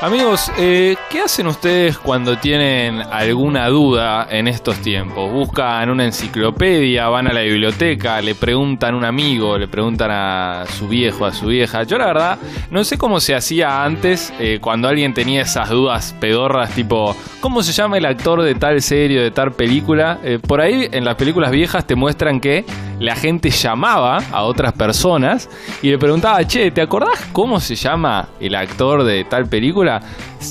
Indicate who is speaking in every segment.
Speaker 1: Amigos, eh, ¿qué hacen ustedes cuando tienen alguna duda en estos tiempos? ¿Buscan una enciclopedia, van a la biblioteca, le preguntan a un amigo, le preguntan a su viejo, a su vieja? Yo la verdad no sé cómo se hacía antes eh, cuando alguien tenía esas dudas pedorras tipo, ¿cómo se llama el actor de tal serie, de tal película? Eh, por ahí en las películas viejas te muestran que la gente llamaba a otras personas y le preguntaba, che, ¿te acordás cómo se llama el actor de tal película?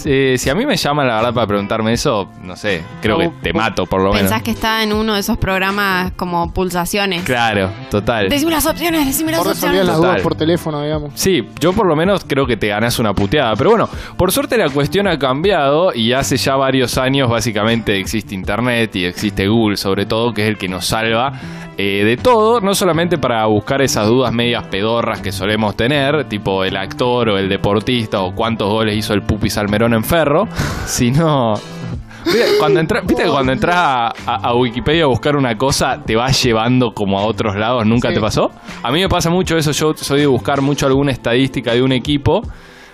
Speaker 1: Eh, si a mí me llaman, la verdad, para preguntarme eso, no sé, creo
Speaker 2: O-
Speaker 1: que te mato por lo menos.
Speaker 2: Pensás que está en uno de esos programas como pulsaciones.
Speaker 1: Claro, total.
Speaker 2: Decime las opciones, decime las
Speaker 3: O resolvían
Speaker 2: opciones.
Speaker 3: las
Speaker 1: Total.
Speaker 3: dudas por teléfono, digamos.
Speaker 1: Sí, yo por lo menos creo que te ganás una puteada. Pero bueno, por suerte la cuestión ha cambiado y hace ya varios años básicamente existe Internet y existe Google sobre todo, que es el que nos salva eh, de todo, no solamente para buscar esas dudas medias pedorras que solemos tener, tipo el actor o el deportista o cuántos goles hizo el Pupi Salmerón en Ferro, sino... Viste, Cuando entra- viste que cuando entras a, a- a Wikipedia a buscar una cosa, te va llevando como a otros lados. ¿Nunca
Speaker 3: Sí.
Speaker 1: te pasó? A mí me pasa mucho eso. Yo soy de buscar mucho alguna estadística de un equipo.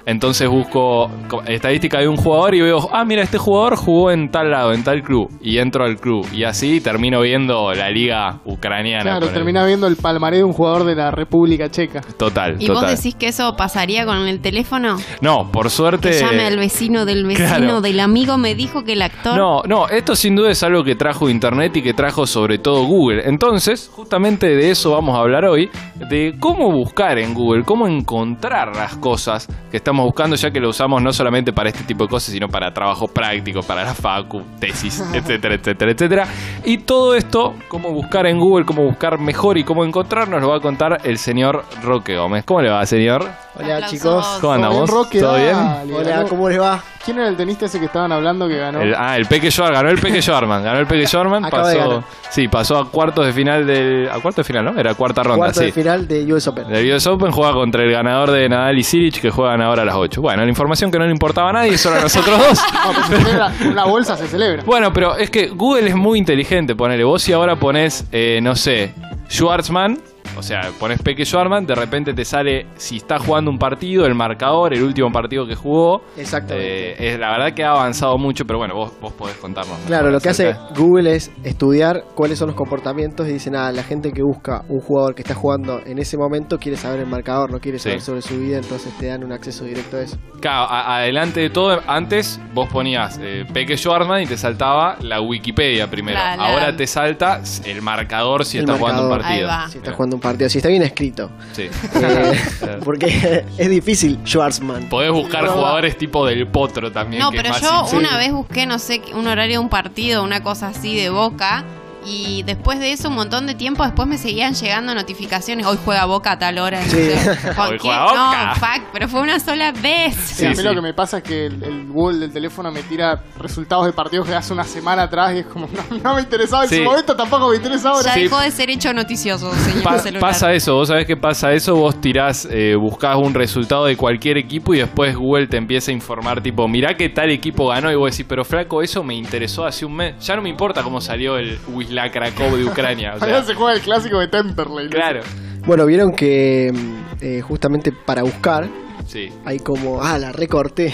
Speaker 1: Entonces busco co- estadística de un jugador y veo, ah, mira, este jugador jugó en tal lado, en tal club. Y entro al club. Y así termino viendo la liga ucraniana.
Speaker 3: Claro,
Speaker 1: ponele.
Speaker 3: termina viendo el palmarés de un jugador de la República Checa.
Speaker 1: Total,
Speaker 2: ¿Y vos
Speaker 1: total.
Speaker 2: decís que eso pasaría con el teléfono?
Speaker 1: No, por suerte.
Speaker 2: Que llame al vecino del vecino
Speaker 1: Claro.
Speaker 2: del amigo, me dijo que el actor...
Speaker 1: No, no, esto sin duda es algo que trajo Internet y que trajo sobre todo Google. Entonces, justamente de eso vamos a hablar hoy, de cómo buscar en Google, cómo encontrar las cosas que estamos buscando, ya que lo usamos no solamente para este tipo de cosas, sino para trabajo práctico, para la facu, tesis, etcétera, etcétera, etcétera. Y todo esto, cómo buscar en Google, cómo buscar mejor y cómo encontrar, nos lo va a contar el señor Roque Gómez. ¿Cómo le va, señor?
Speaker 4: Hola
Speaker 2: Aplausos.
Speaker 4: chicos.
Speaker 1: ¿Cómo andamos?
Speaker 3: Roque?
Speaker 1: Oh, ¿Todo bien? ah,
Speaker 3: Dale,
Speaker 4: Hola,
Speaker 3: ganó.
Speaker 4: ¿cómo les va?
Speaker 3: ¿Quién era el tenista ese que estaban hablando que ganó?
Speaker 1: El- ah, el Peque Jordan, ganó el Peque Jordan, ganó el Peque Jordan,
Speaker 4: Acaba de
Speaker 1: pasó,
Speaker 4: ganar.
Speaker 1: sí, pasó a cuartos de final del, a cuartos de final, ¿no? Era cuarta ronda,
Speaker 4: Cuarto
Speaker 1: sí. Eh,
Speaker 4: de final de US Open.
Speaker 1: Del US Open juega contra el ganador de Nadal y Siric que juegan ahora a las 8. Bueno, la información que no le importaba a nadie, solo a nosotros dos.
Speaker 3: No, pero se celebra, una bolsa se celebra.
Speaker 1: Bueno, pero es que Google es muy inteligente, ponele. Vos si ahora pones, eh, no sé, Schwartzman, o sea, pones Peque Schwartzman, de repente te sale si está jugando un partido, el marcador, el último partido que jugó.
Speaker 4: Exactamente.
Speaker 1: Eh, es, la verdad que ha avanzado mucho, pero bueno, vos, vos podés contarnos.
Speaker 4: Claro,
Speaker 1: mejor
Speaker 4: lo que hace
Speaker 1: acerca de-
Speaker 4: Google es estudiar cuáles son los comportamientos y dicen, ah, la gente que busca un jugador que está jugando en ese momento quiere saber el marcador, no quiere
Speaker 1: Sí.
Speaker 4: saber sobre su vida, entonces te dan un acceso directo a eso.
Speaker 1: Claro, a- adelante de todo, antes vos ponías eh, Peque Schwarzman y te saltaba la Wikipedia primero.
Speaker 2: La- la-
Speaker 1: Ahora te salta el marcador si
Speaker 4: El
Speaker 1: estás jugando un
Speaker 4: marcador.
Speaker 1: partido.
Speaker 2: Ahí va. Ah,
Speaker 4: si está jugando un partido, si está bien escrito.
Speaker 1: Sí.
Speaker 4: Eh,
Speaker 1: Claro.
Speaker 4: porque es difícil, Schwarzman.
Speaker 1: Podés buscar jugadores tipo del potro también.
Speaker 2: No,
Speaker 1: que es
Speaker 2: pero
Speaker 1: más
Speaker 2: yo
Speaker 1: simple.
Speaker 2: una vez busqué, no sé, un horario de un partido, una cosa así de boca. Y después de eso, un montón de tiempo después me seguían llegando notificaciones. Hoy juega Boca a tal hora. no
Speaker 4: Sí.
Speaker 2: sé.
Speaker 1: Hoy
Speaker 2: ¿Qué?
Speaker 1: juega Boca.
Speaker 2: No, fuck, pero fue una sola vez.
Speaker 3: Sí, a mí
Speaker 1: sí.
Speaker 3: lo que me pasa es que el, el Google del teléfono me tira resultados de partidos que hace una semana atrás y es como, no, no me interesaba en
Speaker 1: Sí.
Speaker 3: su momento, tampoco me interesa ahora.
Speaker 2: Ya
Speaker 1: Sí.
Speaker 2: dejó de ser hecho noticioso, señor
Speaker 1: Pa-
Speaker 2: celular.
Speaker 1: pasa eso, vos sabés que pasa eso, vos tirás, eh, buscás un resultado de cualquier equipo y después Google te empieza a informar tipo, mirá que tal equipo ganó y vos decís, pero flaco, eso me interesó hace un mes, ya no me importa cómo salió el Wisla Krakow de Ucrania. o sea,
Speaker 3: Ahora se juega el clásico de Temperley. ¿no?
Speaker 1: claro,
Speaker 4: Bueno, vieron que mm, eh, justamente para buscar
Speaker 1: sí.
Speaker 4: Ahí como, ah, la recorté.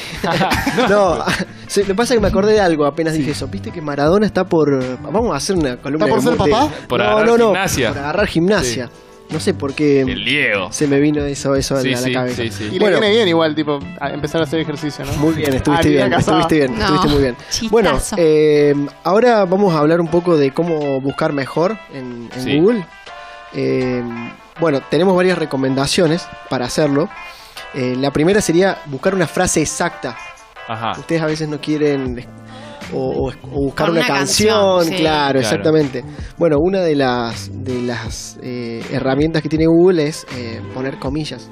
Speaker 4: no, se- me pasa que me acordé de algo apenas dije eso. Viste que Maradona está por. Vamos a hacer una columna.
Speaker 3: ¿Está por
Speaker 4: de-
Speaker 3: ser
Speaker 4: de-
Speaker 3: papá?
Speaker 1: Por
Speaker 4: no,
Speaker 1: agarrar
Speaker 4: no, no,
Speaker 1: gimnasia.
Speaker 4: Por agarrar gimnasia. No sé por qué
Speaker 1: El Diego.
Speaker 4: se me vino eso, eso
Speaker 1: Sí,
Speaker 4: a la
Speaker 1: sí,
Speaker 4: cabeza.
Speaker 1: sí, sí.
Speaker 3: Y
Speaker 4: Bueno.
Speaker 3: le viene bien igual, tipo, a empezar a hacer ejercicio, ¿no?
Speaker 4: Muy bien, estuviste
Speaker 3: Ah,
Speaker 4: bien,
Speaker 3: mira, casada.
Speaker 4: estuviste bien,
Speaker 2: No,
Speaker 4: estuviste muy bien.
Speaker 2: chistazo.
Speaker 4: Bueno, eh, ahora vamos a hablar un poco de cómo buscar mejor en, en
Speaker 1: Sí.
Speaker 4: Google. Eh, bueno, tenemos varias recomendaciones para hacerlo. Eh, la primera sería buscar una frase exacta
Speaker 2: Ah.
Speaker 1: Ajá.
Speaker 4: Ustedes a veces no quieren es- o, o- o buscar
Speaker 2: Con
Speaker 4: una,
Speaker 2: una
Speaker 4: canción,
Speaker 2: canción, sí.
Speaker 1: Claro.
Speaker 4: claro, exactamente. Bueno, una de las de las eh, herramientas que tiene Google es eh, poner comillas.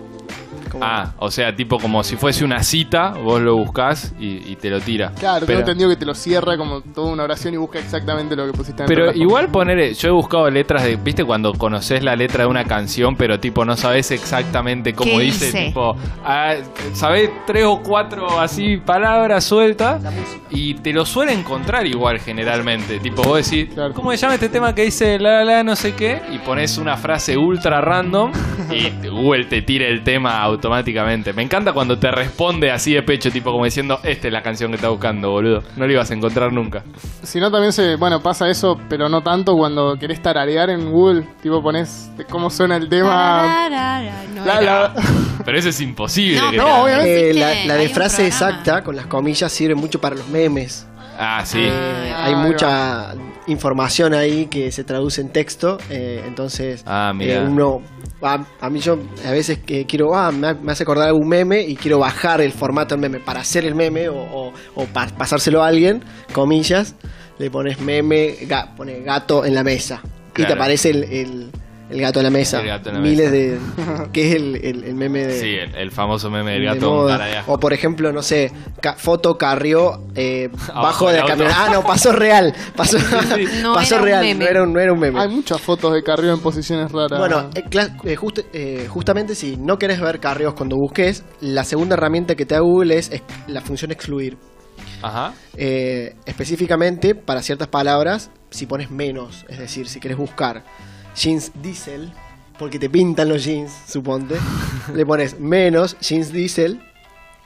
Speaker 4: Como-
Speaker 1: Ah, o sea, tipo como si fuese una cita, vos lo buscás y, y te lo tira.
Speaker 3: Claro,
Speaker 1: Pero-
Speaker 3: tengo entendido que te lo cierra como toda una oración y busca exactamente lo que pusiste dentro
Speaker 1: Pero
Speaker 3: de la
Speaker 1: igual poner, yo he buscado letras de, viste, cuando conoces la letra de una canción, pero tipo no sabes exactamente cómo
Speaker 2: ¿Qué
Speaker 1: dice,
Speaker 2: dice?
Speaker 1: tipo, ah, sabés tres o cuatro así palabras sueltas y te lo suele encontrar igual generalmente, tipo vos decís,
Speaker 3: Claro.
Speaker 1: ¿cómo se llama este tema que dice la la, la no sé qué? Y pones una frase ultra random y Google te tira el tema automáticamente. Me encanta cuando te responde así de pecho, tipo como diciendo, esta es la canción que está buscando, boludo. No la ibas a encontrar nunca.
Speaker 3: Si no, también se. Bueno, pasa eso, pero no tanto cuando querés tararear en Google. Tipo, pones de cómo suena el tema.
Speaker 2: Tararara, no
Speaker 3: La,
Speaker 2: era.
Speaker 3: la-
Speaker 1: Pero eso es imposible.
Speaker 2: No,
Speaker 1: que
Speaker 2: pero-
Speaker 1: te-
Speaker 3: No, obviamente.
Speaker 2: Existe,
Speaker 4: Eh, la, la
Speaker 2: hay
Speaker 4: de
Speaker 2: un
Speaker 4: frase
Speaker 2: programa.
Speaker 4: exacta con las comillas sirve mucho para los memes.
Speaker 1: Ah, sí.
Speaker 2: Ah,
Speaker 4: Hay
Speaker 3: Ahí va.
Speaker 4: mucha información ahí que se traduce en texto, eh, entonces
Speaker 1: Ah, mirá.
Speaker 4: eh, uno... A, a mí yo a veces que quiero, ah, me, ha- me hace acordar algún meme y quiero bajar el formato del meme para hacer el meme o, o- o pa- pasárselo a alguien, comillas, le pones meme, ga- pone gato en la mesa y te
Speaker 1: Claro.
Speaker 4: aparece el, el- el gato en la mesa.
Speaker 1: El gato en la
Speaker 4: Miles de... que es el, el- el meme de...
Speaker 1: Sí, el, el famoso meme
Speaker 4: de
Speaker 1: del gato con
Speaker 4: moda.
Speaker 1: cara de asco.
Speaker 4: O por ejemplo, no sé, ca- foto Carrió eh,
Speaker 1: Abajo
Speaker 4: bajo de
Speaker 1: del
Speaker 4: la
Speaker 1: auto.
Speaker 4: camioneta. Ah, no, pasó real. Pasó,
Speaker 2: No
Speaker 4: pasó
Speaker 2: era un
Speaker 4: real,
Speaker 2: meme.
Speaker 4: no era un, no era un
Speaker 3: Hay
Speaker 4: meme.
Speaker 3: muchas fotos de Carrillo en posiciones raras.
Speaker 4: Bueno, eh, cla- eh, justo- eh, justamente si no querés ver Carrios cuando busques, la segunda herramienta que te da Google es, ex- la función excluir.
Speaker 1: Ajá.
Speaker 4: Eh, específicamente para ciertas palabras, si pones menos, es decir, si querés buscar jeans diesel, porque te pintan los jeans, suponte, le pones menos jeans diesel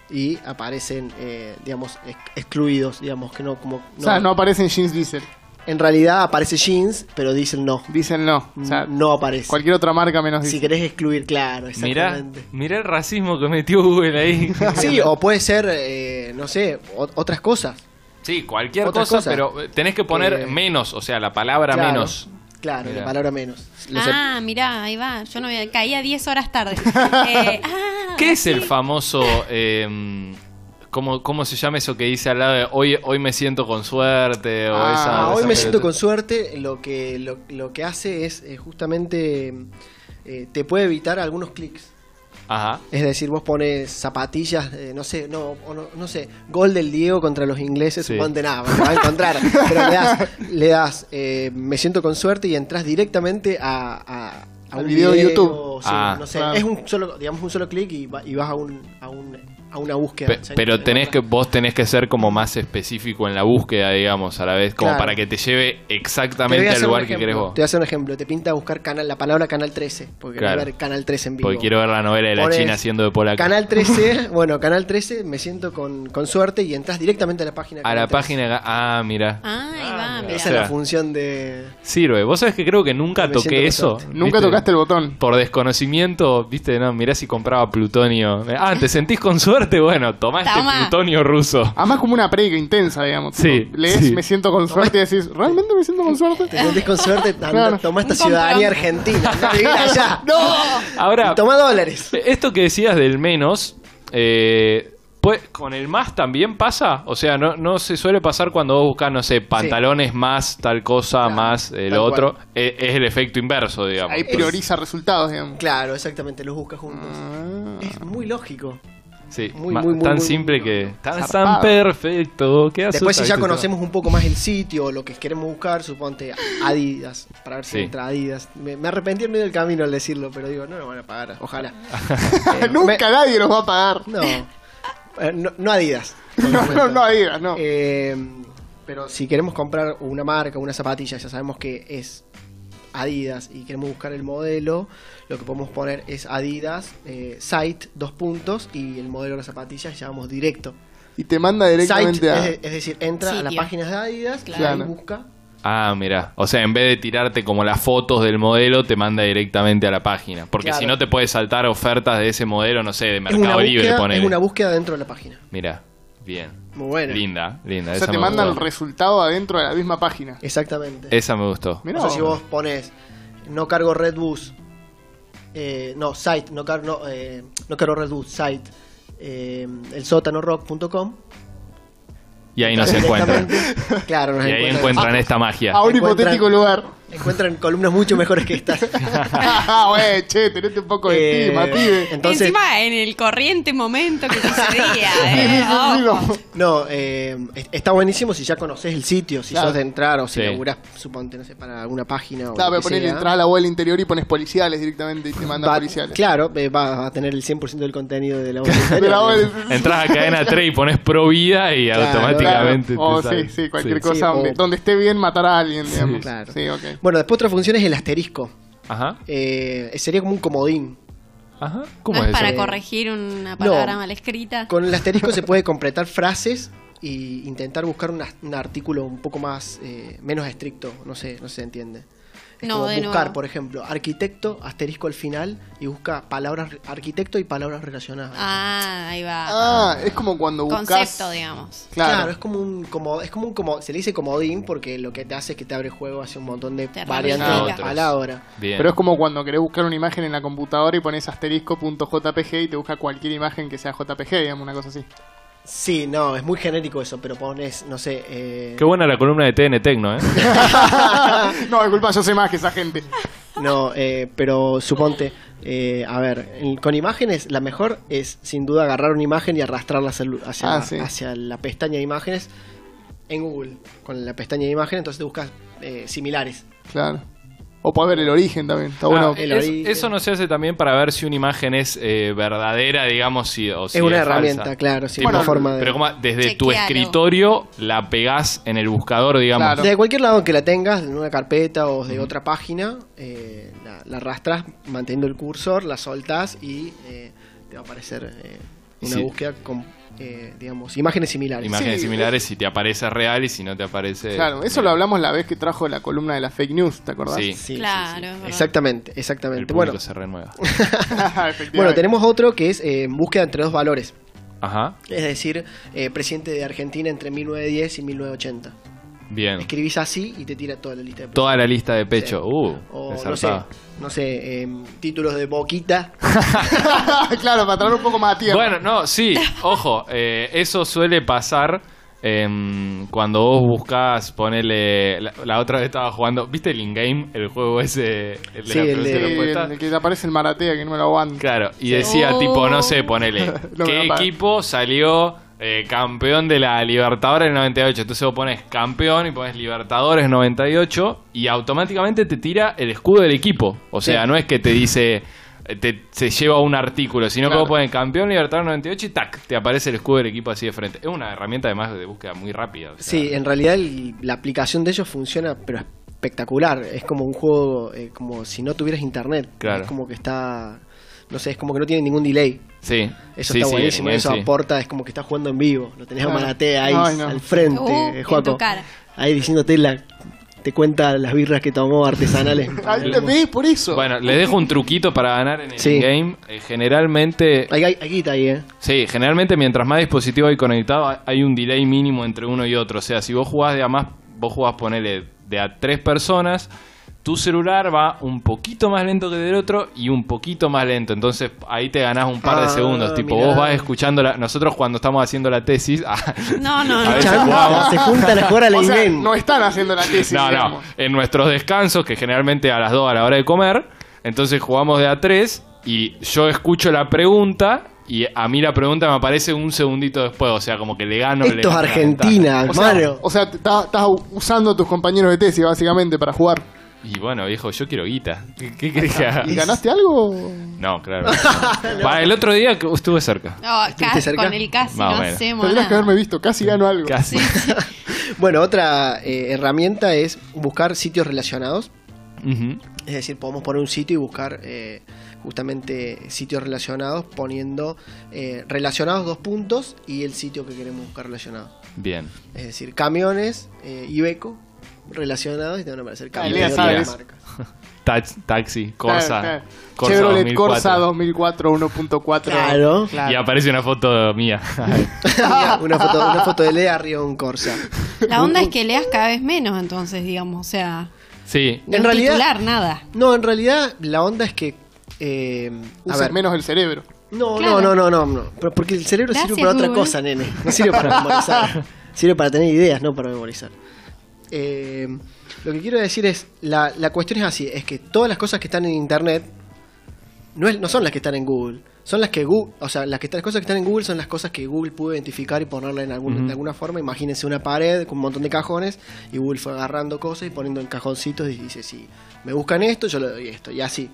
Speaker 4: y aparecen, eh, digamos, ex- excluidos, digamos, que no, como...
Speaker 3: o sea, no aparecen jeans diesel.
Speaker 4: En realidad aparece jeans, pero diesel no.
Speaker 3: Diesel no. O sea,
Speaker 4: no aparece.
Speaker 3: cualquier otra marca menos
Speaker 4: Si
Speaker 3: diesel.
Speaker 4: querés excluir, claro,
Speaker 1: Mirá,
Speaker 4: exactamente.
Speaker 1: mirá el racismo que metió Google ahí.
Speaker 4: Sí, o puede ser, eh, no sé, o- otras cosas.
Speaker 1: Sí, cualquier
Speaker 4: Otra
Speaker 1: cosa,
Speaker 4: cosa.
Speaker 1: pero eh, tenés que poner
Speaker 4: Eh,
Speaker 1: menos, o sea, la palabra
Speaker 4: Claro,
Speaker 1: menos.
Speaker 4: Claro,
Speaker 1: Mirá.
Speaker 4: la palabra menos. Los-
Speaker 2: Ah, mirá, ahí va. Yo no había- caía 10 horas tarde. Eh, ah,
Speaker 1: ¿Qué es el
Speaker 2: sí.
Speaker 1: famoso... eh, ¿Cómo, ¿Cómo se llama eso que dice al lado de hoy, hoy me siento con suerte? O
Speaker 3: Ah,
Speaker 1: esa,
Speaker 4: Ah,
Speaker 1: esa
Speaker 4: hoy me siento con
Speaker 1: pelota?
Speaker 4: suerte. Lo que, lo, lo que hace es eh, justamente eh, te puede evitar algunos clics.
Speaker 1: Ajá.
Speaker 4: Es decir, vos pones zapatillas, eh, no sé, no, o no, no sé, gol del Diego contra los ingleses,
Speaker 1: Sí.
Speaker 4: suponte nada, va a encontrar. pero le das, le das eh, me siento con suerte y entras directamente a, a- a
Speaker 3: Al video de YouTube.
Speaker 4: sí,
Speaker 1: Ah.
Speaker 4: no sé,
Speaker 3: Claro.
Speaker 4: es un solo, digamos, un solo clic y, va- y vas a un, a un- a una búsqueda.
Speaker 1: Pe-
Speaker 4: O sea,
Speaker 1: pero
Speaker 4: encontrar-
Speaker 1: tenés que, vos tenés que ser como más específico en la búsqueda, digamos, a la vez, como
Speaker 4: Claro.
Speaker 1: para que te lleve
Speaker 4: Te voy a
Speaker 1: exactamente al
Speaker 4: hacer un
Speaker 1: lugar que
Speaker 4: ejemplo,
Speaker 1: querés vos.
Speaker 4: Te voy a hacer un ejemplo. Te pinta buscar canal, la palabra Canal 13. Porque
Speaker 1: Claro.
Speaker 4: quiero ver Canal 13 en vivo.
Speaker 1: Porque quiero ver la novela de la
Speaker 4: Pones
Speaker 1: China haciendo de polaca.
Speaker 4: Canal 13, bueno, Canal 13, me siento con, con suerte y entras directamente a la página. de
Speaker 1: a la
Speaker 4: Canal 13.
Speaker 1: página... Ah, mira.
Speaker 2: Ah, ahí va, mirá.
Speaker 4: Esa
Speaker 1: O
Speaker 4: es
Speaker 1: sea,
Speaker 4: la función de.
Speaker 1: Sirve. Vos sabés que creo que nunca
Speaker 4: Me
Speaker 1: toqué
Speaker 4: siento
Speaker 1: eso.
Speaker 4: bastante.
Speaker 3: Nunca
Speaker 1: ¿viste?
Speaker 3: tocaste el botón.
Speaker 1: Por desconocimiento, viste, no, mirá si compraba plutonio. Ah, ¿te sentís con suerte? Bueno, tomá este
Speaker 2: Toma.
Speaker 1: plutonio ruso.
Speaker 3: Además, como una predica intensa, digamos.
Speaker 1: Sí,
Speaker 3: Tipo, Lees,
Speaker 1: sí.
Speaker 3: me siento con suerte y decís, ¿realmente me siento con
Speaker 4: Te
Speaker 3: suerte?
Speaker 4: sentís con suerte, anda,
Speaker 3: Claro.
Speaker 4: tomá esta
Speaker 2: Un
Speaker 4: ciudadanía
Speaker 2: compro.
Speaker 4: argentina. anda a vivir allá.
Speaker 1: Ahora,
Speaker 4: Y Tomá dólares.
Speaker 1: esto que decías del menos, eh, pues, ¿con el más también pasa? O sea, no, no se suele pasar cuando vos buscas, no sé, pantalones más tal cosa,
Speaker 4: Claro,
Speaker 1: más el
Speaker 4: tal
Speaker 1: otro. Eh, es el efecto inverso, digamos.
Speaker 3: Ahí prioriza resultados, digamos.
Speaker 4: Claro, exactamente, los buscas juntos.
Speaker 1: Ah.
Speaker 4: Es muy lógico.
Speaker 1: Sí,
Speaker 4: Muy,
Speaker 1: ma-
Speaker 4: muy, muy,
Speaker 1: tan
Speaker 4: muy-
Speaker 1: simple que... Tan,
Speaker 3: Zarpado.
Speaker 1: tan perfecto. qué
Speaker 4: Después,
Speaker 1: asusta,
Speaker 4: si ya
Speaker 1: ¿viste?
Speaker 4: conocemos un poco más el sitio o lo que queremos buscar, suponte Adidas, para ver si
Speaker 1: Sí.
Speaker 4: entra Adidas. Me, me arrepentí en medio del camino al decirlo, pero digo, no nos van a pagar, ojalá. Eh,
Speaker 3: Nunca nadie nos va a pagar.
Speaker 4: me- no, Eh, no, no Adidas. por
Speaker 3: No,
Speaker 4: supuesto.
Speaker 3: no, no, digas, no.
Speaker 4: Eh, pero si queremos comprar una marca, una zapatilla, ya sabemos que es Adidas y queremos buscar el modelo, lo que podemos poner es Adidas, eh, site, dos puntos y el modelo de las zapatillas ya vamos directo.
Speaker 3: Y te manda
Speaker 4: Site, eh,
Speaker 3: directamente a.
Speaker 4: es, es decir, entra a las
Speaker 2: Sitio.
Speaker 4: páginas de Adidas
Speaker 3: Claro.
Speaker 4: y ahí busca.
Speaker 1: Ah, mira. O sea, en vez de tirarte como las fotos del modelo, te manda directamente a la página. Porque
Speaker 4: Claro.
Speaker 1: si no, te puedes saltar ofertas de ese modelo, no sé, de
Speaker 4: Es una,
Speaker 1: Mercado Libre,
Speaker 4: búsqueda,
Speaker 1: ponele.
Speaker 4: es una búsqueda dentro de la página.
Speaker 1: Mira, bien.
Speaker 4: Muy buena.
Speaker 1: Linda, linda.
Speaker 3: O
Speaker 1: Esa
Speaker 3: sea, te
Speaker 1: me
Speaker 3: manda el
Speaker 1: gustó.
Speaker 3: resultado adentro de la misma página.
Speaker 4: Exactamente.
Speaker 1: Esa me gustó.
Speaker 3: Mirá
Speaker 4: o sea, si
Speaker 3: vos.
Speaker 4: vos pones no cargo Redbus, eh, no, site, no, car- no, eh, no cargo Redbus, site, eh, el sótano rock.com.
Speaker 1: Y ahí no se encuentran.
Speaker 4: directamente- Claro,
Speaker 1: Y
Speaker 4: nos
Speaker 1: ahí
Speaker 4: encuentran.
Speaker 1: encuentran
Speaker 3: Ah,
Speaker 1: esta magia.
Speaker 3: A un
Speaker 4: Encuentran-
Speaker 3: hipotético lugar.
Speaker 4: Ah, encuentran columnas mucho mejores que estas.
Speaker 3: Ah, Wey, che, tenete un poco de
Speaker 4: Eh,
Speaker 3: estima, pibe.
Speaker 4: Entonces,
Speaker 2: Encima en el corriente momento que sucedía.
Speaker 3: Sí,
Speaker 2: eh,
Speaker 3: sí, sí, sí,
Speaker 2: ojo.
Speaker 3: no.
Speaker 4: no, eh, es- está buenísimo si ya conoces el sitio, si
Speaker 3: Claro.
Speaker 4: sos de entrar o si
Speaker 1: Sí.
Speaker 4: laburás, suponte, no sé, para alguna página o
Speaker 3: Claro,
Speaker 4: lo
Speaker 3: pero
Speaker 4: que
Speaker 3: ponele,
Speaker 4: sea.
Speaker 3: entras a la web del interior y pones policiales directamente y te manda
Speaker 4: Va-
Speaker 3: policiales.
Speaker 4: Claro, eh, va a tener el 100% del contenido de la web.
Speaker 3: De la web-
Speaker 1: Entras a cadena 3 y pones pro vida y
Speaker 4: Claro,
Speaker 1: automáticamente.
Speaker 3: Claro. O
Speaker 1: te sale.
Speaker 3: sí, sí, cualquier
Speaker 1: Sí.
Speaker 4: cosa.
Speaker 3: cosa.
Speaker 4: Sí, o-
Speaker 3: Donde esté bien, matar a alguien, digamos.
Speaker 4: claro.
Speaker 3: Sí, ok.
Speaker 4: Bueno, después otra función es el asterisco.
Speaker 1: Ajá.
Speaker 4: Eh, sería como un comodín.
Speaker 1: Ajá. ¿Cómo
Speaker 2: no es,
Speaker 1: es
Speaker 2: para
Speaker 1: eso?
Speaker 2: corregir una palabra mal escrita.
Speaker 4: Con el asterisco se puede completar frases e intentar buscar un, as- un artículo un poco más eh, menos estricto, no sé, no se entiende. Es
Speaker 2: No,
Speaker 4: como
Speaker 2: de
Speaker 4: buscar,
Speaker 2: nuevo.
Speaker 4: por ejemplo, arquitecto, asterisco al final y busca palabras re- arquitecto y palabras relacionadas.
Speaker 2: Ah, ahí va.
Speaker 3: Ah, es como cuando buscas.
Speaker 2: Concepto, digamos.
Speaker 4: Claro.
Speaker 3: Claro.
Speaker 4: es como un como es como un como se le dice comodín porque lo que te hace es que te abre juego hacia un montón de
Speaker 2: Te
Speaker 4: variantes
Speaker 1: ramifica.
Speaker 4: de
Speaker 1: Ah,
Speaker 4: palabras.
Speaker 1: Bien.
Speaker 3: Pero es como cuando querés buscar una imagen en la computadora y pones asterisco.jpg y te busca cualquier imagen que sea JPG, digamos, una cosa así.
Speaker 4: Sí, no, es muy genérico eso, pero pones, no sé, eh,
Speaker 1: Qué buena la columna de TNT, ¿no? Eh?
Speaker 3: Ah, no, disculpa, yo sé más que esa gente.
Speaker 4: no, eh, pero suponte, eh, a ver, en- con imágenes la mejor es sin duda agarrar una imagen y arrastrarla hacia, el- hacia,
Speaker 3: Ah, sí.
Speaker 4: hacia la pestaña de imágenes en Google, con la pestaña de imágenes, entonces te buscas eh, similares.
Speaker 3: Claro. O podés ver el origen también. Está bueno.
Speaker 1: Ah,
Speaker 4: el
Speaker 1: es-
Speaker 4: origen.
Speaker 1: eso no se hace también para ver si una imagen es eh, verdadera, digamos, si, o si
Speaker 4: es una
Speaker 1: falsa.
Speaker 4: herramienta, claro, sí,
Speaker 1: Tipo,
Speaker 4: una forma de...
Speaker 1: Pero como desde tu
Speaker 2: Chequealo.
Speaker 1: escritorio la pegás en el buscador, digamos.
Speaker 3: Claro.
Speaker 4: De cualquier lado que la tengas, en una carpeta o de otra página, eh, la, la arrastras manteniendo el cursor, la soltás y eh, te va a aparecer eh, una
Speaker 1: Sí.
Speaker 4: búsqueda con, eh, digamos, imágenes similares.
Speaker 1: Imágenes
Speaker 3: Sí,
Speaker 1: similares si te aparece real y si no te aparece.
Speaker 3: Claro, eso lo hablamos la vez que trajo la columna de las fake news, ¿te acordás?
Speaker 1: Sí,
Speaker 4: Sí, sí,
Speaker 2: Claro,
Speaker 4: sí.
Speaker 2: es verdad.
Speaker 4: Exactamente,
Speaker 1: el
Speaker 4: exactamente.
Speaker 1: público
Speaker 4: Bueno,
Speaker 1: se renueva.
Speaker 3: Efectivamente.
Speaker 4: bueno, tenemos otro que es eh, búsqueda entre dos valores,
Speaker 1: Ajá,
Speaker 4: es decir, eh, presidente de Argentina entre 1910 y 1980.
Speaker 1: bien.
Speaker 4: Escribís así y te tira toda la lista de
Speaker 1: Ah. Toda la lista de pecho.
Speaker 4: Sí.
Speaker 1: Uh,
Speaker 4: O
Speaker 1: qué
Speaker 4: no sé,
Speaker 1: zarpada.
Speaker 4: no sé, em, títulos de boquita.
Speaker 3: claro, para traer un poco más a tierra.
Speaker 1: Bueno, no, sí, ojo, eh, eso suele pasar em, cuando vos buscás ponerle. La, la otra vez estaba jugando, ¿viste el in-game? El juego ese. El de
Speaker 4: Sí,
Speaker 1: la
Speaker 4: el
Speaker 1: pregunta y
Speaker 3: Sí,
Speaker 4: de-
Speaker 1: respuesta.
Speaker 3: Eh, el que te aparece el maratea que no me lo aguanto.
Speaker 1: Claro, y decía,
Speaker 2: Oh.
Speaker 1: tipo, no sé, ponele,
Speaker 3: Lo
Speaker 1: ¿qué
Speaker 3: veo para-
Speaker 1: equipo salió eh, campeón de la Libertadores 98? Entonces vos pones campeón y pones Libertadores 98 y automáticamente te tira el escudo del equipo. O sea,
Speaker 4: Sí.
Speaker 1: no es que te dice, eh, te, se lleva un artículo, sino
Speaker 3: Claro.
Speaker 1: que vos pones campeón Libertadores 98 y tac, te aparece el escudo del equipo así de frente. Es una herramienta además de búsqueda muy rápida. o sea,
Speaker 4: Sí, en realidad el- la aplicación de ellos funciona, pero espectacular. Es como un juego, eh, como si no tuvieras internet.
Speaker 1: Claro.
Speaker 4: Es como que está, no sé, es como que no tiene ningún delay.
Speaker 1: sí.
Speaker 4: Eso
Speaker 1: Sí,
Speaker 4: está
Speaker 1: sí,
Speaker 4: buenísimo,
Speaker 1: en-
Speaker 4: eso
Speaker 1: sí.
Speaker 4: aporta, es como que estás jugando en vivo. Lo tenés a
Speaker 3: Claro.
Speaker 4: Maratea ahí
Speaker 3: Ay, no.
Speaker 4: al frente,
Speaker 2: Uh,
Speaker 4: eh,
Speaker 2: en
Speaker 4: Joaco.
Speaker 2: tu cara.
Speaker 4: Ahí diciéndote la, te cuenta las birras que tomó artesanales.
Speaker 3: Ahí te ves por eso.
Speaker 1: Bueno, les dejo un truquito para ganar en el
Speaker 4: Sí.
Speaker 1: game. Eh, generalmente
Speaker 4: Ahí hay, hay guita ahí, eh.
Speaker 1: Sí, generalmente mientras más dispositivo hay conectado, hay un delay mínimo entre uno y otro. O sea, si vos jugás de a más, vos jugás ponele de a tres personas, tu celular va un poquito más lento que del otro y un poquito más lento. Entonces ahí te ganás un par
Speaker 4: Ah,
Speaker 1: de segundos. Tipo,
Speaker 4: mirá.
Speaker 1: vos vas escuchando la. Nosotros cuando estamos haciendo la tesis. ah,
Speaker 2: No, no,
Speaker 1: A
Speaker 2: no.
Speaker 1: veces
Speaker 4: Chan,
Speaker 1: jugamos.
Speaker 4: se juntan a jugar al
Speaker 3: o sea,
Speaker 4: in-game.
Speaker 3: no están haciendo la tesis.
Speaker 1: No, no.
Speaker 3: digamos.
Speaker 1: En nuestros descansos, que generalmente a las 2 a la hora de comer, entonces jugamos de a 3 y yo escucho la pregunta y a mí la pregunta me aparece un segundito después. O sea, como que le gano. le
Speaker 4: Esto es
Speaker 1: gano la
Speaker 4: Argentina,
Speaker 3: O sea,
Speaker 4: hermano.
Speaker 3: o sea, te- estás estás usando a tus compañeros de tesis básicamente para jugar.
Speaker 1: ventaja. Y bueno, viejo, yo quiero guita. ¿Qué, qué querés que haga?
Speaker 3: ¿Y ganaste algo?
Speaker 1: No, claro. Para el otro día que estuve cerca.
Speaker 2: No,
Speaker 4: ¿Estuviste
Speaker 2: casi-
Speaker 4: cerca?
Speaker 2: con el casi
Speaker 1: Más o
Speaker 2: no
Speaker 1: menos.
Speaker 2: hacemos
Speaker 3: Tendrías que
Speaker 2: nada.
Speaker 3: haberme visto, casi gano algo.
Speaker 1: Casi.
Speaker 4: Bueno, otra eh, herramienta es buscar sitios relacionados.
Speaker 1: Ujú.
Speaker 4: Es decir, podemos poner un sitio y buscar eh, justamente sitios relacionados poniendo eh, relacionados dos puntos y el sitio que queremos buscar relacionado.
Speaker 1: Bien.
Speaker 4: Es decir, camiones, eh, Ibeco, relacionados y te van a aparecer
Speaker 3: Ah,
Speaker 4: camiones
Speaker 1: Lea
Speaker 4: de otras
Speaker 1: Sáenz.
Speaker 4: marcas.
Speaker 1: Tax- taxi, Corsa.
Speaker 3: Claro, claro.
Speaker 1: Corsa
Speaker 3: Chevrolet
Speaker 1: 2004.
Speaker 3: Corsa 2004 1.4.
Speaker 4: Claro.
Speaker 1: Y aparece una foto mía.
Speaker 4: una, foto, una foto de Lea arriba de un Corsa.
Speaker 2: La onda es que leas cada vez menos, entonces, digamos, o sea,
Speaker 1: sí.
Speaker 2: de
Speaker 4: En
Speaker 2: un
Speaker 4: realidad-
Speaker 2: titular nada.
Speaker 4: No, en realidad la onda es que... eh, a
Speaker 3: Usa
Speaker 4: ver,
Speaker 3: menos el cerebro.
Speaker 4: No,
Speaker 2: Claro.
Speaker 4: no, no, no, no, no. Pero Porque el cerebro sirve
Speaker 2: Gracias,
Speaker 4: para otra
Speaker 2: Google.
Speaker 4: cosa, nene. No sirve para memorizar. sirve para tener ideas, no para memorizar. Eh, lo que quiero decir es, la, la cuestión es así, es que todas las cosas que están en Internet no, es- no son las que están en Google. Son las que Google, o sea, las, que, las cosas que están en Google son las cosas que Google pudo identificar y ponerla en algún- de alguna forma. Imagínense una pared con un montón de cajones y Google fue agarrando cosas y poniendo en cajoncitos y dice, si me buscan esto, yo le doy esto. Y así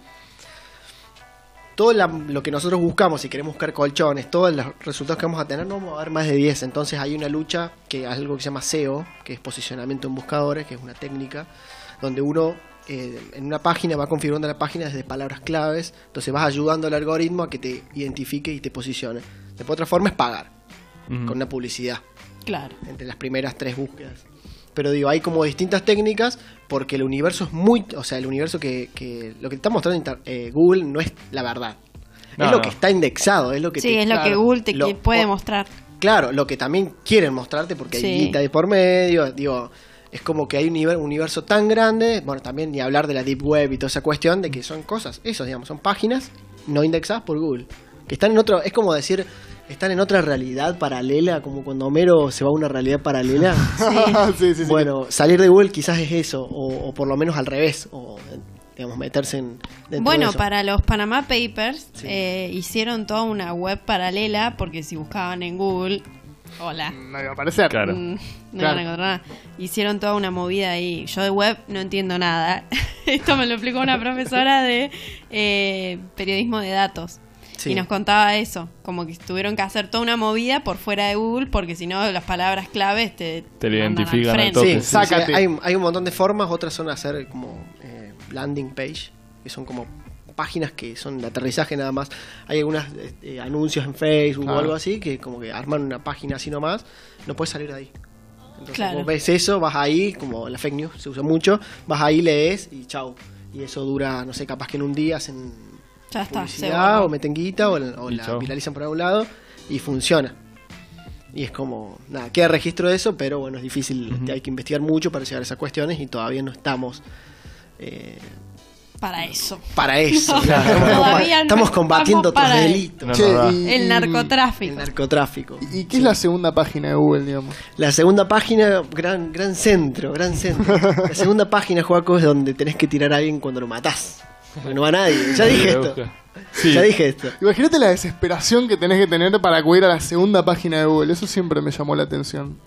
Speaker 4: todo la- lo que nosotros buscamos, si queremos buscar colchones, todos los resultados que vamos a tener, no vamos a ver más de 10. Entonces hay una lucha que es algo que se llama SEO, que es posicionamiento en buscadores, que es una técnica, donde uno eh, en una página, va configurando la página desde palabras claves, entonces vas ayudando al algoritmo a que te identifique y te posicione. De otra forma es pagar,
Speaker 1: Ujú.
Speaker 4: con una publicidad,
Speaker 5: Claro.
Speaker 4: entre las primeras tres búsquedas. Pero digo, hay como distintas técnicas porque el universo es muy, o sea, el universo que, que- lo que está mostrando inter- eh, Google no es la verdad.
Speaker 1: No,
Speaker 4: es lo
Speaker 1: no.
Speaker 4: que está indexado, es lo que
Speaker 5: Sí,
Speaker 4: te-
Speaker 5: es lo que
Speaker 4: claro,
Speaker 5: Google te
Speaker 4: lo-
Speaker 5: que- puede
Speaker 4: o-
Speaker 5: mostrar.
Speaker 4: Claro, lo que también quieren mostrarte porque hay
Speaker 5: Sí.
Speaker 4: guita de por medio, digo, es como que hay un nivel- un universo tan grande, bueno, también ni hablar de la deep web y toda esa cuestión de que son cosas, eso digamos, son páginas no indexadas por Google, que están en otro, es como decir, están en otra realidad paralela, como cuando Homero se va a una realidad paralela.
Speaker 3: sí, sí, sí.
Speaker 4: Bueno, salir de Google quizás es eso, o, o por lo menos al revés, o digamos, meterse en... dentro de
Speaker 5: Bueno,
Speaker 4: eso.
Speaker 5: para los Panama Papers
Speaker 4: Sí.
Speaker 5: eh, hicieron toda una web paralela porque si buscaban en Google, hola,
Speaker 3: No iba a aparecer.
Speaker 1: Claro.
Speaker 5: mm, no
Speaker 3: Claro.
Speaker 5: van a encontrar nada. Hicieron toda una movida ahí. Yo de web no entiendo nada. Esto me lo explicó una profesora de eh, periodismo de datos.
Speaker 4: Sí.
Speaker 5: Y nos contaba eso, como que tuvieron que hacer toda una movida por fuera de Google, porque si no las palabras claves te...
Speaker 1: Te lo
Speaker 5: mandan al
Speaker 1: identifican al
Speaker 5: frente.
Speaker 1: toque.
Speaker 4: Sí,
Speaker 1: Sí,
Speaker 3: sácate.
Speaker 4: sí, hay, hay un montón de formas, otras son hacer como eh, landing page, que son como páginas que son de aterrizaje nada más. Hay algunos anuncios en Facebook
Speaker 3: Claro.
Speaker 4: o algo así que como que arman una página así nomás, no puedes salir de ahí. Entonces
Speaker 5: Claro.
Speaker 4: vos ves eso, vas ahí, como la fake news se usa mucho, vas ahí, lees y chau. Y eso dura, no sé, capaz que en un día hacen
Speaker 5: Ya está, se
Speaker 4: publicidad
Speaker 5: borró.
Speaker 4: o meten guita o, la- o
Speaker 1: Y
Speaker 4: la
Speaker 1: chau.
Speaker 4: viralizan por algún lado y funciona. Y es como, nada, queda registro de eso, pero bueno, es difícil, este, hay que investigar mucho para llegar a esas cuestiones y todavía no estamos eh,
Speaker 5: para eso.
Speaker 4: para eso. Estamos
Speaker 5: Todavía
Speaker 4: comba-
Speaker 5: no
Speaker 4: estamos
Speaker 5: estamos
Speaker 4: combatiendo otros
Speaker 5: para
Speaker 4: delitos.
Speaker 1: No, no, no.
Speaker 5: El narcotráfico.
Speaker 4: Mm, El narcotráfico.
Speaker 3: ¿Y y qué es la segunda página de Google, digamos?
Speaker 4: La segunda página, gran, gran centro, gran centro. La segunda página, Joaco, es donde tenés que tirar a alguien cuando lo matás. Porque no va nadie. Ya dije esto.
Speaker 1: Sí.
Speaker 4: Ya dije esto.
Speaker 3: Imagínate la desesperación que tenés que tener para acudir a la segunda página de Google. Eso siempre me llamó la atención.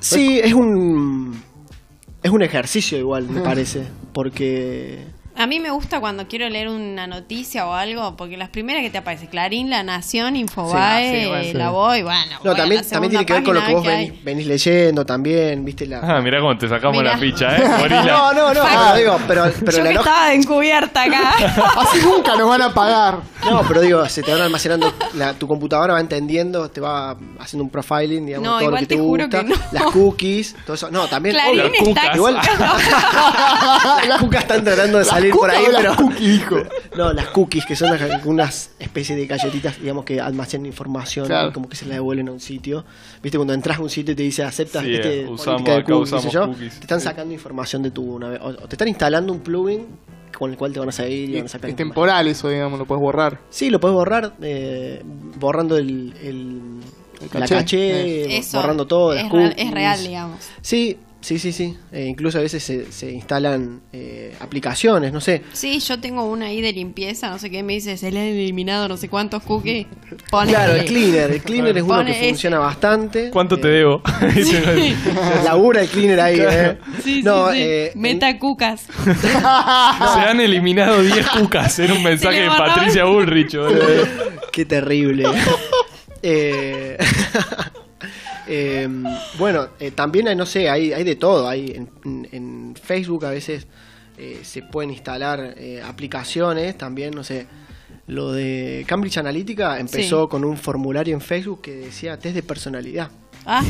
Speaker 4: Sí, es un. Es un ejercicio igual, me parece. Porque.
Speaker 5: A mí me gusta cuando quiero leer una noticia o algo, porque las primeras que te aparecen, Clarín, La Nación, Infobae,
Speaker 4: ah,
Speaker 3: Sí, sí, bueno, sí.
Speaker 5: La Voy, bueno. voy a
Speaker 4: No,
Speaker 5: la
Speaker 4: también, también
Speaker 5: segunda
Speaker 4: tiene que ver con lo que
Speaker 5: página
Speaker 4: vos
Speaker 5: hay.
Speaker 4: venís, venís leyendo también, viste la.
Speaker 1: Ah, mirá cómo te sacamos
Speaker 5: Mirá.
Speaker 1: la ficha, ¿eh? Gorila.
Speaker 4: No, no, no,
Speaker 5: Fact.
Speaker 4: no, digo, pero, pero
Speaker 5: Yo
Speaker 4: la
Speaker 5: que
Speaker 4: lógica-
Speaker 5: estaba encubierta acá.
Speaker 3: Así nunca nos van a pagar.
Speaker 4: No, pero digo, se te van almacenando, la- tu computadora va entendiendo, te va haciendo un profiling, digamos,
Speaker 5: No,
Speaker 4: todo lo
Speaker 5: igual
Speaker 4: que te,
Speaker 5: te juro
Speaker 4: gusta,
Speaker 5: que no.
Speaker 4: las cookies, todo eso. No, también
Speaker 5: Clarín
Speaker 1: Las
Speaker 5: está
Speaker 1: cucas.
Speaker 4: Igual- las cucas están tratando de salir por ahí,
Speaker 3: cucas o las
Speaker 4: pero.
Speaker 3: cookies, dijo?
Speaker 4: No, las cookies, que son las- unas especies de galletitas, digamos, que almacenan información
Speaker 3: Claro.
Speaker 4: y como que se la devuelven a un sitio. Viste, cuando entras a un sitio y te dice aceptas
Speaker 1: Sí,
Speaker 4: este,
Speaker 1: eh, usamos
Speaker 4: política de
Speaker 1: acá,
Speaker 4: cookies, qué
Speaker 1: usamos
Speaker 4: sé yo,
Speaker 1: cookies.
Speaker 4: te están sacando información de tu nave- o, o te están instalando un plugin con el cual te van a seguir y van a sacar
Speaker 3: Es
Speaker 4: información.
Speaker 3: temporal eso, digamos, lo puedes borrar.
Speaker 4: Sí, lo puedes borrar eh, borrando el, el-
Speaker 3: El
Speaker 4: la
Speaker 3: caché.
Speaker 4: caché,
Speaker 5: Eso
Speaker 4: borrando todo, las
Speaker 5: es, real-
Speaker 4: cookies.
Speaker 5: es real, digamos.
Speaker 4: Sí, sí, sí, sí. Eh, incluso a veces se, se instalan eh, aplicaciones, no sé.
Speaker 5: Sí, yo tengo una ahí de limpieza, no sé qué, me dice, se le han eliminado no sé cuántos cookies. Pone
Speaker 4: Claro, el
Speaker 5: ahí.
Speaker 4: cleaner. El cleaner es uno
Speaker 5: Pone
Speaker 4: que funciona bastante.
Speaker 1: ¿Cuánto te
Speaker 4: Eh,
Speaker 1: debo?
Speaker 4: Labura el cleaner ahí, ¿eh?
Speaker 5: Sí,
Speaker 4: No,
Speaker 5: sí, sí.
Speaker 4: eh,
Speaker 5: Meta cucas.
Speaker 1: Se han eliminado 10 cucas. Era un mensaje
Speaker 5: le
Speaker 1: de
Speaker 5: borraron.
Speaker 1: Patricia Bullrich. boludo.
Speaker 4: Qué terrible. Eh, eh, bueno, eh, también hay, no sé, hay, hay de todo. Hay en, en Facebook a veces eh, se pueden instalar eh, aplicaciones también, no sé. Lo de Cambridge Analytica empezó
Speaker 5: Sí.
Speaker 4: con un formulario en Facebook que decía test de personalidad.
Speaker 5: Ah,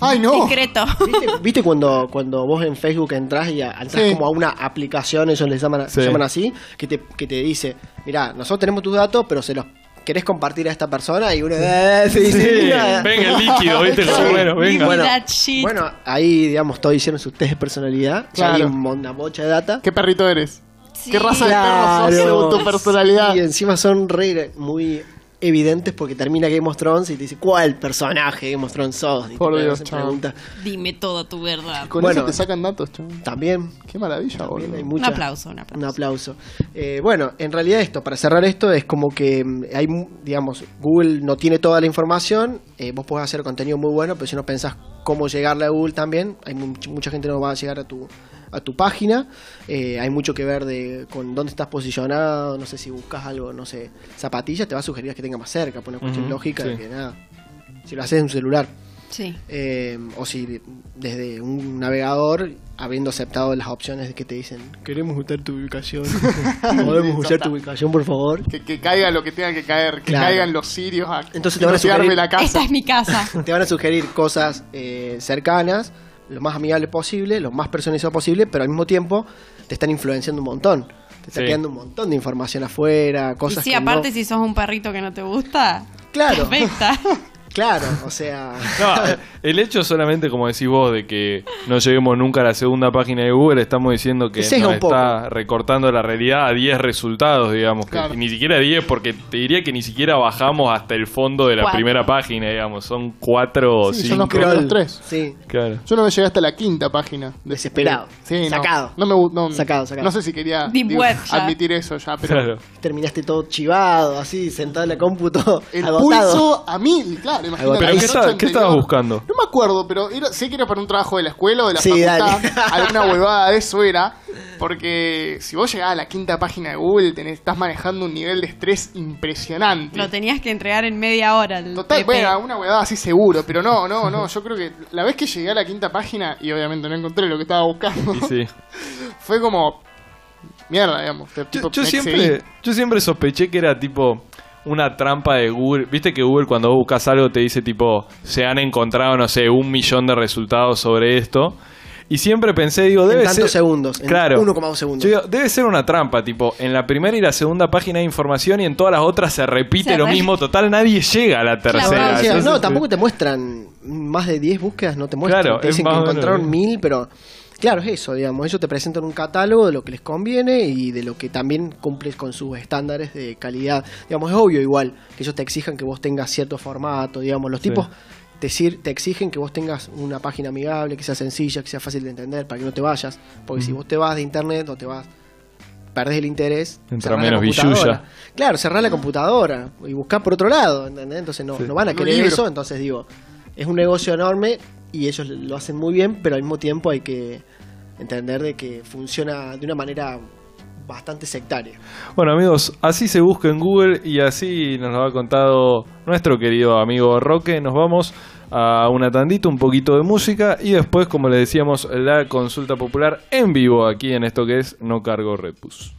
Speaker 3: ¡Ay, no!
Speaker 5: discreto.
Speaker 4: ¿Viste, viste cuando, cuando vos en Facebook entras y a- entras
Speaker 3: Sí.
Speaker 4: como a una aplicación, eso les llaman,
Speaker 1: Sí.
Speaker 4: llaman así, que te, que te dice, mirá, nosotros tenemos tus datos, pero se los querés compartir a esta persona y uno... "Eh, sí, sí,
Speaker 1: Sí,
Speaker 4: mira".
Speaker 1: venga el líquido, viste,
Speaker 4: Sí.
Speaker 1: como bueno, venga.
Speaker 5: Bueno,
Speaker 4: Bueno,
Speaker 5: that shit.
Speaker 4: Bueno, ahí, digamos, todos hicieron sus test de personalidad, ya hay
Speaker 3: Claro.
Speaker 4: un mon- una bocha de data.
Speaker 3: ¿Qué perrito eres?
Speaker 5: Sí.
Speaker 3: ¿Qué raza de perro sos según tu personalidad?
Speaker 4: Y encima son re, muy evidentes porque termina Game of Thrones y te dice, ¿cuál personaje de Game of Thrones sos? Y te
Speaker 3: Por Dios,
Speaker 4: hacen
Speaker 3: chavo.
Speaker 4: preguntas.
Speaker 5: Dime toda tu verdad.
Speaker 3: Con
Speaker 4: Bueno.
Speaker 3: eso te sacan datos, chaval.
Speaker 4: También
Speaker 3: Qué maravilla,
Speaker 4: También
Speaker 3: boludo.
Speaker 4: hay
Speaker 5: Un
Speaker 4: muchas-
Speaker 5: aplauso, un aplauso.
Speaker 4: Un aplauso. Eh, bueno, en realidad esto, para cerrar esto, es como que mm, hay, mu- digamos, Google no tiene toda la información, eh, vos podés hacer contenido muy bueno, pero si no pensás cómo llegarle a Google también, hay much- mucha gente no va a llegar a tu a tu página, Eh, hay mucho que ver de con dónde estás posicionado, no sé si buscas algo, no sé, zapatillas, te va a sugerir las que tenga más cerca, por una cuestión
Speaker 1: Ujú,
Speaker 4: lógica de
Speaker 1: sí.
Speaker 4: que nada, si lo haces en un celular.
Speaker 5: Sí.
Speaker 4: eh, o si desde un navegador, habiendo aceptado las opciones que te dicen, queremos usar tu ubicación, podemos usar tu ubicación por favor.
Speaker 3: Que, que caiga lo que tenga que caer, que
Speaker 4: Claro.
Speaker 3: caigan los sirios a
Speaker 4: Entonces te van a sugerir-
Speaker 3: financiarme la casa.
Speaker 5: Esta es mi casa.
Speaker 4: Te van a sugerir cosas eh, cercanas, lo más amigable posible, lo más personalizado posible, pero al mismo tiempo te están influenciando un montón. Te está
Speaker 1: Sí.
Speaker 4: quedando un montón de información afuera,
Speaker 5: Y
Speaker 4: cosas
Speaker 5: sí,
Speaker 4: que no-
Speaker 5: aparte si sos un perrito que no te gusta,
Speaker 4: Claro,
Speaker 5: te afecta.
Speaker 4: claro, o sea...
Speaker 1: No, el hecho solamente, como decís vos, de que no lleguemos nunca a la segunda página de Google, estamos diciendo que
Speaker 4: Te sesga
Speaker 1: nos
Speaker 4: un poco.
Speaker 1: está recortando la realidad a 10 resultados, digamos. que-
Speaker 3: Claro.
Speaker 1: y ni siquiera 10, porque te diría que ni siquiera bajamos hasta el fondo de la
Speaker 2: Cuatro.
Speaker 1: primera página, digamos. Son 4 o
Speaker 3: Sí, son los
Speaker 1: 5.
Speaker 3: primeros tres.
Speaker 4: Sí,
Speaker 1: Claro.
Speaker 3: Yo no me llegué hasta la quinta página. de- este
Speaker 4: Desesperado.
Speaker 3: Sí, no.
Speaker 4: Sacado.
Speaker 3: No me gu- no-
Speaker 4: Sacado, sacado.
Speaker 3: No sé si quería
Speaker 5: Deep web ya.
Speaker 3: admitir eso ya, pero.
Speaker 1: Claro.
Speaker 4: terminaste todo chivado, así, sentado en la cómputo,
Speaker 3: El
Speaker 4: agotado.
Speaker 3: pulso a mil, claro, imagínate.
Speaker 1: ¿Pero
Speaker 3: las
Speaker 1: qué,
Speaker 3: ocho
Speaker 1: está- qué estabas
Speaker 3: anteriores.
Speaker 1: buscando?
Speaker 3: No me acuerdo, pero era- sé que era para un trabajo de la escuela o de la
Speaker 4: Sí,
Speaker 3: facultad.
Speaker 4: dale.
Speaker 3: Alguna huevada de eso era. Porque si vos llegás a la quinta página de Google, tenés, estás manejando un nivel de estrés impresionante.
Speaker 5: Lo tenías que entregar en media hora. el
Speaker 3: Total,
Speaker 5: PP.
Speaker 3: bueno, una huevada así seguro, pero no, no, no. Yo creo que la vez que llegué a la quinta página, y obviamente no encontré lo que estaba buscando,
Speaker 1: Y sí.
Speaker 3: fue como. Mierda, digamos. te-
Speaker 1: Yo,
Speaker 3: tipo,
Speaker 1: yo
Speaker 3: me
Speaker 1: siempre,
Speaker 3: excedí.
Speaker 1: yo siempre sospeché que era tipo una trampa de Google. Viste que Google cuando vos buscas algo te dice tipo, se han encontrado, no sé, un millón de resultados sobre esto. Y siempre pensé, digo, debe
Speaker 4: tantos
Speaker 1: ser...
Speaker 4: segundos, en
Speaker 1: claro.
Speaker 4: 1,2 segundos.
Speaker 1: Yo digo, debe ser una trampa, tipo, en la primera y la segunda página hay información y en todas las otras se repite
Speaker 5: Se
Speaker 1: lo
Speaker 5: re-
Speaker 1: mismo. Total, nadie llega a la tercera.
Speaker 4: No,
Speaker 5: Claro,
Speaker 4: o sea,
Speaker 1: Entonces,
Speaker 4: no, tampoco te muestran más de 10 búsquedas, no te muestran.
Speaker 1: Claro,
Speaker 4: te
Speaker 1: es
Speaker 4: dicen
Speaker 1: más
Speaker 4: que
Speaker 1: o menos
Speaker 4: encontraron
Speaker 1: lo
Speaker 4: mil, pero claro, es eso, digamos. Ellos te presentan un catálogo de lo que les conviene y de lo que también cumple con sus estándares de calidad. Digamos, es obvio igual que ellos te exijan que vos tengas cierto formato, digamos. Los
Speaker 1: Sí.
Speaker 4: tipos te, sir- te exigen que vos tengas una página amigable, que sea sencilla, que sea fácil de entender, para que no te vayas. Porque si vos te vas de internet o te vas perdés el interés.
Speaker 1: Entra
Speaker 4: cerrás la
Speaker 1: menos
Speaker 4: computadora.
Speaker 1: billulla.
Speaker 4: Claro, cerrar la computadora y buscar por otro lado, ¿entendés? Entonces no,
Speaker 1: Sí.
Speaker 4: no van a
Speaker 3: Un
Speaker 4: querer
Speaker 3: libro.
Speaker 4: eso, entonces digo, es un negocio enorme y ellos lo hacen muy bien, pero al mismo tiempo hay que entender de que funciona de una manera bastante sectaria.
Speaker 1: Bueno amigos, así se busca en Google y así nos lo ha contado nuestro querido amigo Roque. Nos vamos a una tandita, un poquito de música y después, como le decíamos, la consulta popular en vivo aquí en esto que es No Cargo Repus.